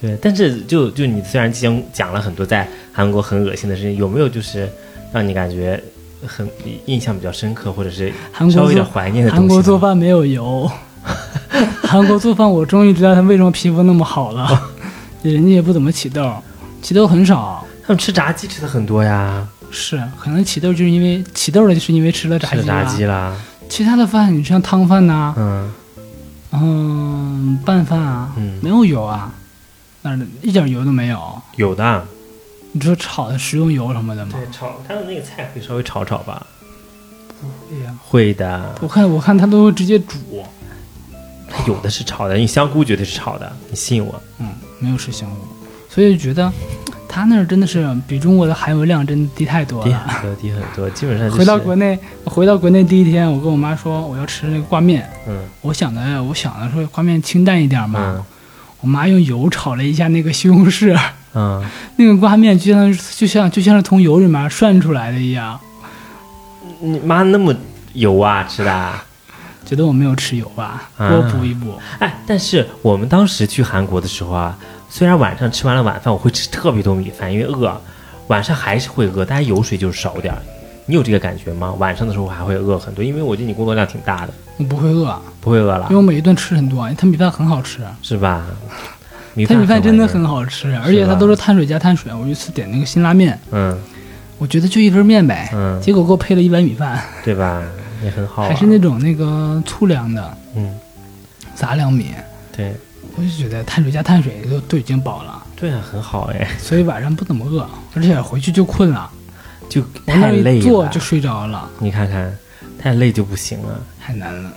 对，但是就就你虽然之前讲了很多在韩国很恶心的事情，有没有就是让你感觉很印象比较深刻，或者是韩稍国微有点做怀念的东西韩呢？国做饭没有油， 韩国做饭我终于知道他为什么皮肤那么 好了，人家也不怎么起痘，起痘很少，他们吃炸鸡吃的很多呀，是可能起痘就是因为起痘了，就是因为吃了炸吃鸡、啊，炸鸡啦，其他的饭你像汤饭呐、嗯嗯，拌饭啊，嗯没有油啊，那儿一点油都没有。有的。你说炒的食用油什么的吗？对，炒他的那个菜会稍微炒炒吧。对呀、会的，我看我看他都直接煮，它有的是炒的，你香菇绝对是炒的，你信我。嗯，没有吃香菇，所以觉得他那儿真的是比中国的含油量真的低太多低了。很多，低很多，基本上就是回到国内，回到国内第一天，我跟我妈说我要吃那个挂面，嗯我想的我想的说挂面清淡一点嘛，嗯我妈用油炒了一下那个西红柿， 嗯，那个挂面就像就像就像是从油里面涮出来的一样，你妈那么油啊，吃的啊。觉得我没有吃油吧，啊多补一补。哎，但是我们当时去韩国的时候啊，虽然晚上吃完了晚饭，我会吃特别多米饭，因为饿，晚上还是会饿，但是油水就是少点儿。你有这个感觉吗？晚上的时候还会饿很多，因为我觉得你工作量挺大的，我不会饿，不会饿了因为我每一顿吃很多，因为它米饭很好吃，是吧？米它饭米饭真的很很好好吃，而且它都是碳水加碳水。我有一次点那个辛拉面，吃，嗯我觉得就一份面呗，嗯，结果给我配了一碗米饭，对吧？也很好、啊，还是那种那个粗粮的嗯，杂粮米，对我就觉得碳水加碳水都都已经饱了，对啊，很好哎，所以晚上不怎么饿，而且回去就困了，就往太那累一了，坐就睡着了，你看看，太累就不行啊。太难了。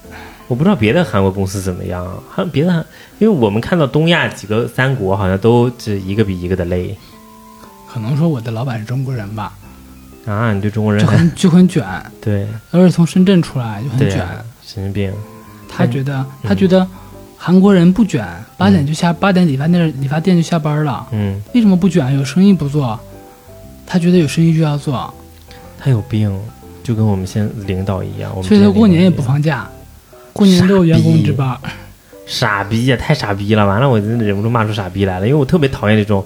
我不知道别的韩国公司怎么样啊，好像别的韩，因为我们看到东亚几个三国好像都是一个比一个的累可能说我的老板是中国人吧，啊。你对中国人就还很就很卷，对而是从深圳出来就很对嗯卷。啊，神经病，他觉得他觉得韩国人不卷，八点就下八点理发店理发店就下班了，嗯，为什么不卷？有生意不做，他觉得有生意就要做，他有病，就跟我们现在领导一样，我们所以现他在过年也领导不一样放假，过年都有员工值班。傻逼呀、太傻逼了！完了，我真的忍不住骂出傻逼来了，因为我特别讨厌这种，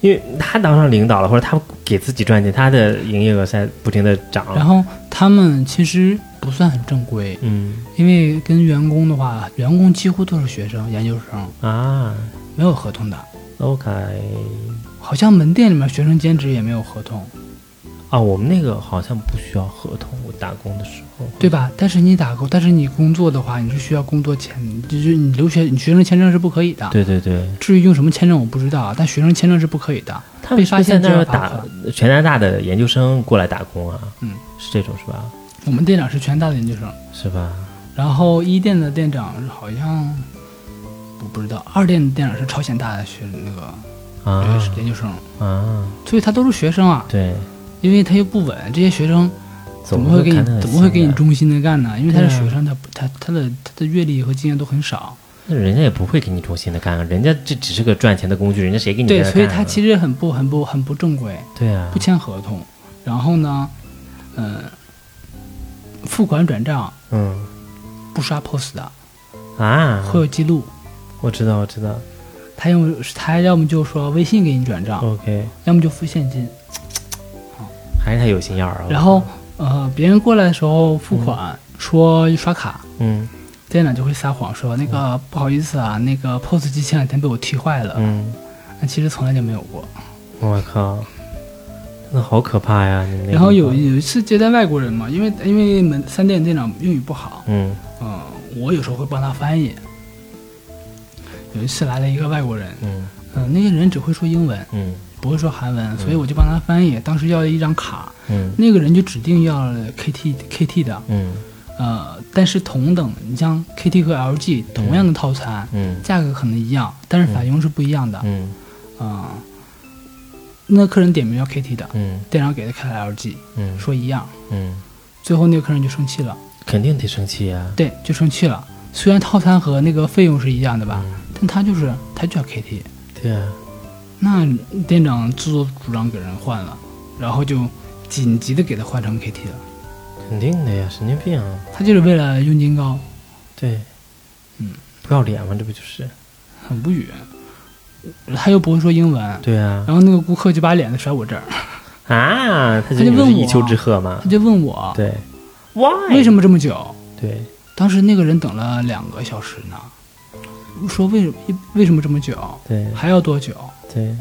因为他当上领导了，或者他给自己赚钱，他的营业额在不停的涨。然，后他们其实不算很正规，嗯因为跟员工的话，员工几乎都是学生、研究生，啊没有合同的。 ，OK，好像门店里面学生兼职也没有合同，啊，我们那个好像不需要合同，我打工的时候。对吧？但是你打工，但是你工作的话，你是需要工作签，就是你留学，你学生签证是不可以的。对对对，至于用什么签证我不知道啊，但学生签证是不可以的。他们被发是在现那就要儿罚打全南大的研究生过来打工啊，嗯，是这种是吧？我们店长是全大的研究生，是吧？然后一店的店长好像我不知道，二店的店长是朝鲜大的学那个啊学研究生，啊，所以他都是学生啊，对，因为他又不稳，这些学生怎么会给你看得很怎么会给心你的忠心的干呢？因为他是对啊学生，他不他他的他的阅历和经验都很少，那人家也不会给你重新的干啊，人家这只是个赚钱的工具，人家谁给你对，在那所以干他啊其实很不很不很不正规，对啊不，签合同，然后呢，呃，付款转账嗯不刷 POS 的，啊，会有记录。我知道我知道他用他要么就说微信给你转账， ，OK，要么就付现金。还是他有心眼儿啊。然后呃，别人过来的时候付款、说刷卡，嗯店长就会撒谎说那个、不好意思啊，那个 POS 机前两天被我踢坏了，嗯，但其实从来就没有过。我靠，真的好可怕呀！你们那个然后地有方有一次接待外国人嘛，因为因为门三店店长英语不好，嗯嗯、我有时候会帮他翻译。有一次来了一个外国人，嗯嗯、那个人只会说英文，嗯不会说韩文，所以我就帮他翻译。当时要了一张卡，嗯那个人就指定要 KT KT 的，嗯呃，但是同等，你像 KT 和 LG 同样的套餐，嗯价格可能一样，但是返佣是不一样的，嗯嗯、那客人点名要 KT 的，嗯店长给他开了 LG，嗯说一样，嗯，最后那个客人就生气了，肯定得生气呀、对，就生气了。虽然套餐和那个费用是一样的吧，嗯但他就是他就要 KT，对啊，那店长自作主张给人换了，然后就紧急的给他换成 KT 了，肯定的呀，神经病、啊，他就是为了佣金高，对，嗯，不要脸嘛，这不就是？很无语。他又不会说英文，对啊，然后那个顾客就把脸都甩 我这儿，啊，他他就就以为问是我一丘之貉嘛他，就问我对，why？为什？么这么久？对，当时那个人等了两个小时呢，说为什么为什么这么久？对还要多久？对，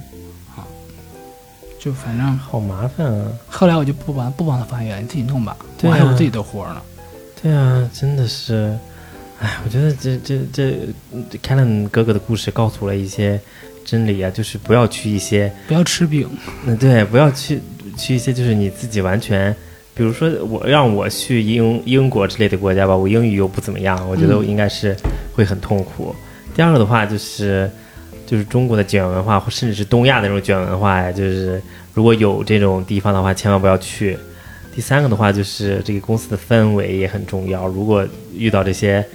就反正好麻烦啊，后来我就不帮不帮他翻译了，你自己弄吧，对我啊还有我自己的活儿呢。对啊，真的是，哎，我觉得这这这这 Callan 哥哥的故事告诉了一些真理啊，就是不要去一些，不要吃饼，嗯，对，不要去去一些就是你自己完全，比如说我让我去英英国之类的国家吧，我英语又不怎么样，我觉得我应该是会很痛苦。第二个的话就是。就是中国的卷文化，或甚至是东亚的那种卷文化呀，就是如果有这种地方的话，千万不要去。第三个的话就是这个公司的氛围也很重要。如果遇到这些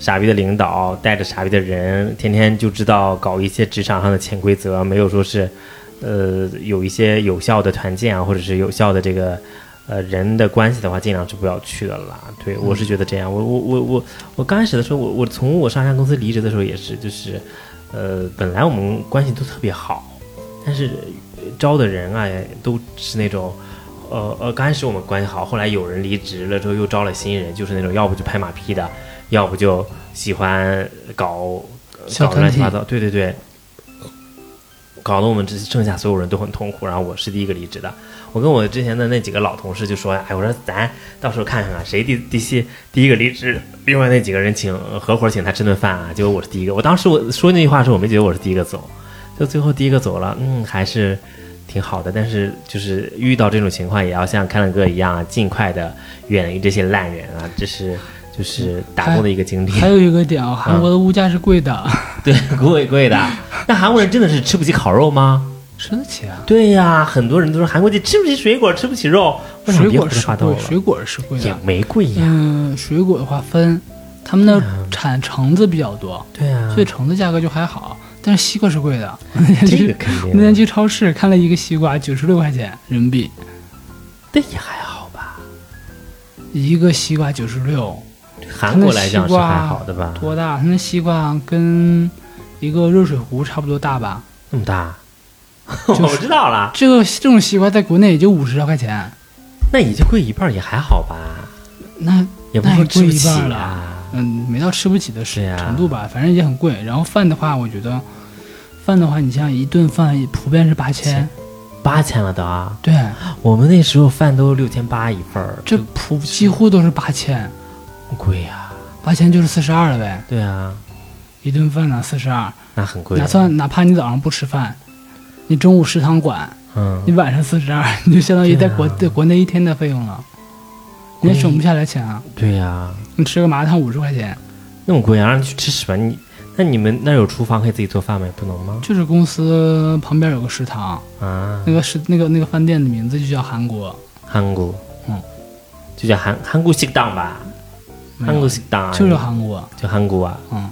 傻逼的领导，带着傻逼的人，天天就知道搞一些职场上的潜规则，没有说是呃有一些有效的团建啊，或者是有效的这个。呃，人的关系的话，尽量是不要去的啦。对我是觉得这样，我我我我我刚开始的时候，我我从我上山公司离职的时候也是，就是，呃，本来我们关系都特别好，但是呃招的人啊，也都是那种呃呃，刚开始我们关系好，后来有人离职了之后又招了新人，就是那种要不就拍马屁的，要不就喜欢搞小搞团乱体七八糟，对对对，搞得我们这剩下所有人都很痛苦。然后我是第一个离职的，我跟我之前的那几个老同事就说，哎，我说咱到时候看看啊，谁第第些第一个离职，另外那几个人请合伙请他吃顿饭啊。结果我是第一个，我当时我说那句话的时候，我没觉得我是第一个走，就最后第一个走了，嗯，还是。挺好的，但是就是遇到这种情况，也要像开朗哥一样，啊尽快的远离这些烂人啊！这是就是打工的一个经历。还有一个嗯点啊，韩国的物价是贵的，对， 贵贵的。那韩国人真的是吃不起烤肉吗？吃得起啊。对呀、很多人都说韩国就吃不起水果，吃不起肉。为啥水别果胡说是八道贵，了？水果是贵也的。没贵呀。嗯，水果的话分，他们那嗯儿产橙子比较多，对啊呀、所以橙子价格就还好。但是西瓜是贵的，嗯 这个啊肯我定那天的。去超市看了一个西瓜，九十六块钱人民币，但也还好吧，一个西瓜九十六，韩国来讲是还好的吧？多大？它嗯那西瓜跟一个热水壶差不多大吧？那么大，是我知道了，这个这种西瓜在国内也就五十来块钱，那也就贵一半，也还好吧，那也不是说吃不起那也贵一半啊。嗯没到吃不起的对程啊程度吧，反正也很贵。然后饭的话，我觉得饭的话，你像一顿饭普遍是八千千，八千了都啊！对，我们那时候饭都六千八一份儿，这普几乎都是八千，贵呀、八千就是四十二了呗，对啊，一顿饭呢四十二，那很贵。哪算哪怕你早上不吃饭，你中午食堂管，嗯，你晚上四十二， 你就相当于在国、对哎啊在国内一天的费用了，你也省不下来钱啊。对呀、你吃个麻辣烫五十块钱，那么贵啊，让你去吃屎吧你。那你们那儿有厨房可以自己做饭吗？不能吗？就是公司旁边有个食堂，啊那，个食那个那个饭店的名字就叫韩国，韩国，嗯，就叫韩韩国食堂吧，没有韩国食堂啊，就是韩国，就韩国啊，嗯，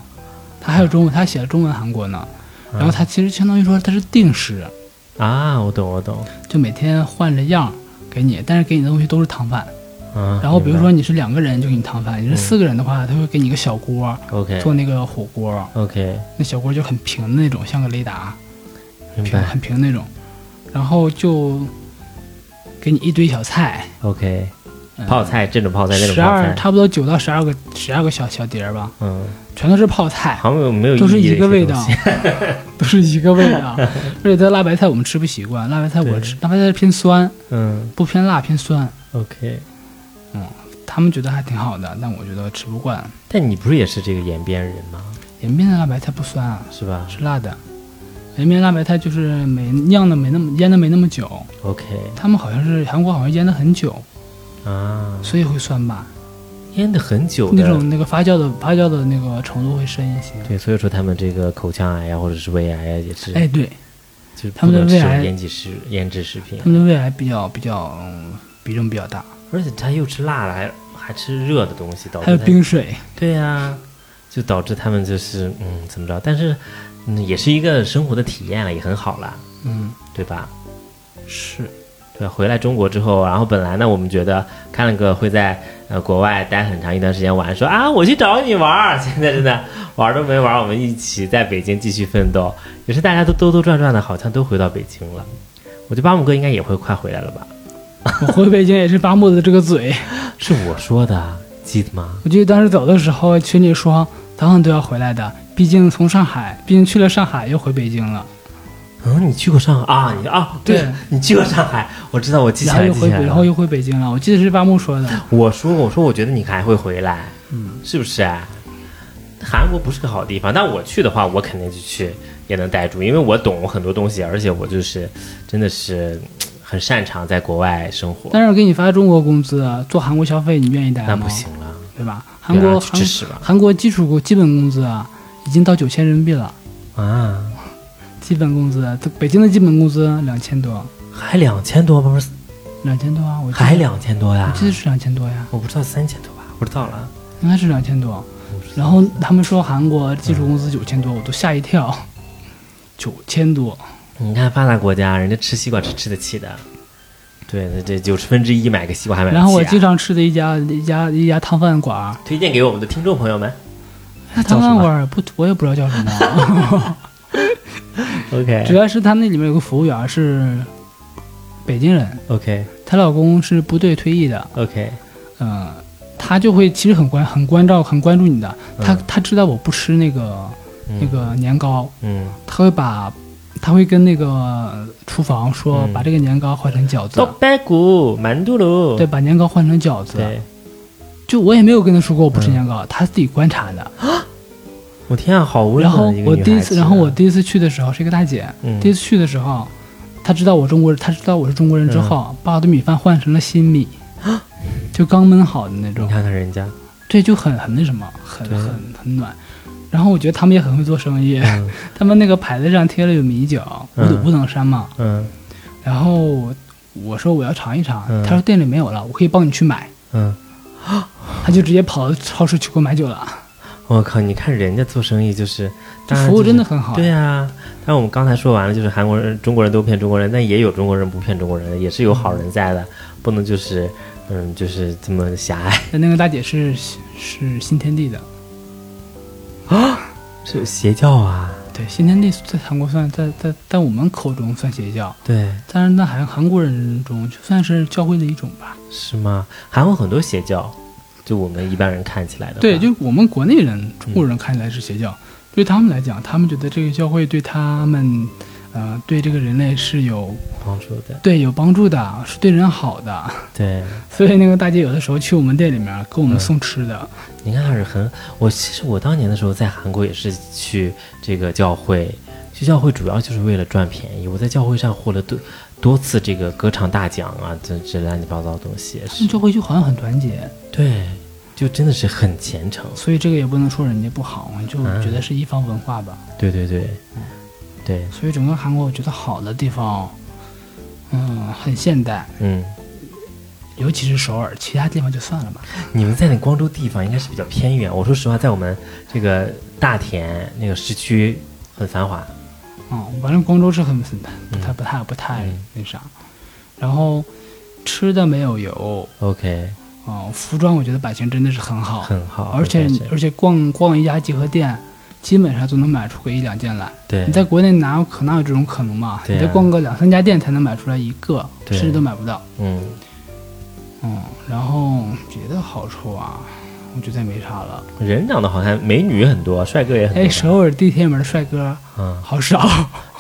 它还有中文，它写了中文韩国呢。嗯然后它其实相当于说它是定时，啊，我懂我懂，就每天换着样儿给你，但是给你的东西都是汤饭。啊，然后比如明说你是两个人就给你汤嗯饭，你是四个人的话，他会给你一个小锅白，OK 做那个火锅， OK，那小锅就很平的那种，像个雷达。明平白很平那种，然后就给你一堆小菜， OK，泡菜这种泡菜那种嗯十泡二菜，差不多九到十二个十二个小小碟儿吧，嗯，全都是泡菜，好像没有没有都是意义的一个些味东道西， 都是一个 味道。而且它辣白菜我们吃不习惯，辣白菜我对吃，辣白菜偏酸，嗯不偏辣偏酸。 OK，他们觉得还挺好的，但我觉得吃不惯。但你不是也是这个延边人吗？延边的辣白菜不酸啊，是吧是辣的。延边辣白菜就是没酿的没那么腌的没那么久， ？OK 他们好像是韩国好像腌的很久，啊，所以会酸吧。腌的很久那的种，那个发酵的发酵的那个程度会深一些。对，所以说他们这个口腔癌呀，啊或者是胃癌呀，也是哎，对，就是他们的不能胃吃癌腌制食腌制食品他，们的胃癌比较比较、嗯比重比较大，而且他又吃辣的，还还吃热的东西，导致还有他冰水，对呀、就导致他们就是嗯怎么着，但是嗯也是一个生活的体验了，也很好啦，嗯，对吧？是对，回来中国之后，然后本来呢，我们觉得看了个会在呃国外待很长一段时间玩，说啊我去找你玩儿， 现在真的玩儿都没玩儿，我们一起在北京继续奋斗，也是大家都兜兜转转的，好像都回到北京了。我觉得巴姆哥应该也会快回来了吧？我回北京也是巴木的这个嘴， 是我说的，记得吗？我记得当时走的时候群里说，早晚都要回来的，毕竟从上海，毕竟去了上海又回北京了，嗯，你去过上海啊？你啊，对对你去过上海，我知道，我记起然后来，又记起回来北，了。然后又回北京了，我记得是巴木说的，我说过，我说我觉得你还会回来，嗯，是不是啊？韩国不是个好地方，但我去的话，我肯定就去，也能待住，因为我懂我很多东西，而且我就是真的是嘖很擅长在国外生活。但是给你发中国工资，做韩国消费，你愿意待那吗？不行了，啊对吧？韩国去支持吧韩韩国基础基本工资啊，已经到九千人民币了。啊，基本工资，它北京的基本工资两千多，还两千多吧，不是两千多啊，我记得还，两千啊多呀我？记得是两千多呀，我不知道三千多吧，不知道了。应该是两千多。然后他们说韩国基础工资九千嗯多，我都吓 一跳，九千多，你看发达国家，人家吃西瓜是吃得起的，对，那这九十分之一买个西瓜还买不起、啊。然后我经常吃的一家一家一家汤饭馆儿，推荐给我们的听众朋友们。那叫汤什饭么馆儿不我也不知道叫什么， OK 主要是他那里面有个服务员是北京人， OK，她老公是部队退役的， OK，嗯，她就会其实很关很关照很关注你的，她嗯她知道我不吃那个那那，个年糕，嗯，她会把她会跟那个厨房说嗯把这个年糕换成饺子豆，白骨、馒头喽，对，把年糕换成饺子。对，嗯就我也没有跟她说过我不吃年糕，她自己观察的。我天啊，好温然柔后的一个我女第一孩次，子啊然后我第一次去的时候是一个大姐，嗯第一次去的时候，她知道我中国人，她知道我是中国人嗯之后，把我的米饭换成了新米，就刚焖好的那种啊你。看看人家，这就很很那什么，很对很很暖。然后我觉得他们也很会做生意，嗯 他们那个牌子上贴了有米酒，五嗯五等山嘛。嗯然后我说我要尝一尝，嗯他说店里没有了，我可以帮你去买。嗯，他就直接跑到超市去给我买酒了，我靠，你看人家做生意就是，这当然服务就是真的很好。哎对啊，但我们刚才说完了，就是韩国人、中国人都骗中国人，但也有中国人不骗中国人的，也是有好人在的，不能就是，嗯，就是这么狭隘。但那个大姐是是新天地的，是邪教啊，对，新天地在韩国算在在在我们口中算邪教，对，但是在韩韩国人中就算是教会的一种吧。是吗？韩国很多邪教，就我们一般人看起来的话，对，就是我们国内人、中国人看起来是邪教，对他们来讲，他们觉得这个教会对他们，呃，对这个人类是有帮助的，对有帮助的，是对人好的。 对。所以那个大姐有的时候去我们店里面给我们嗯送吃的，你看还是很，我其实我当年的时候在韩国也是去这个教会，去教会主要就是为了赚便宜。我在教会上获了多多次这个歌唱大奖啊，这这乱七八糟的东西也他是们。教会就好像很团结，对，就真的是很虔诚。所以这个也不能说人家不好，我就嗯觉得是一方文化吧。对对对，对，所以整个韩国我觉得好的地方，嗯，很现代，嗯，尤其是首尔，其他地方就算了吧。你们在那广州地方应该是比较偏远。我说实话，在我们这个大田那个市区很繁华。啊、反正广州是很很不太不太不太嗯那啥。然后吃的没有油， OK，啊、服装我觉得版型真的是很好，很好，而且很健身而且逛逛一家集合店，基本上都能买出个一两件来。对，你在国内哪有可哪有这种可能嘛？对啊你得逛个两三家店才能买出来一个，对甚至都买不到。嗯，嗯，然后别的好处啊，我觉得也没啥了。人长得好看，美女很多，帅哥也很多吧。哎，首尔地铁里面的帅哥嗯，好少，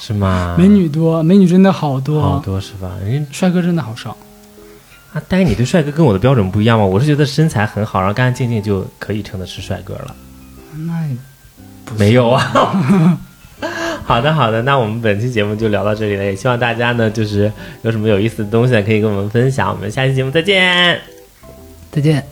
是吗？ 美女多，美女真的好多，好多是吧？人家帅哥真的好少。阿呆，你对帅哥跟我的标准不一样吗？我是觉得身材很好，然后干干净净就可以称得是帅哥了。那也没有啊。 好的，好的，那我们本期节目就聊到这里了，也希望大家呢，就是有什么有意思的东西呢可以跟我们分享。我们下期节目再见。再见。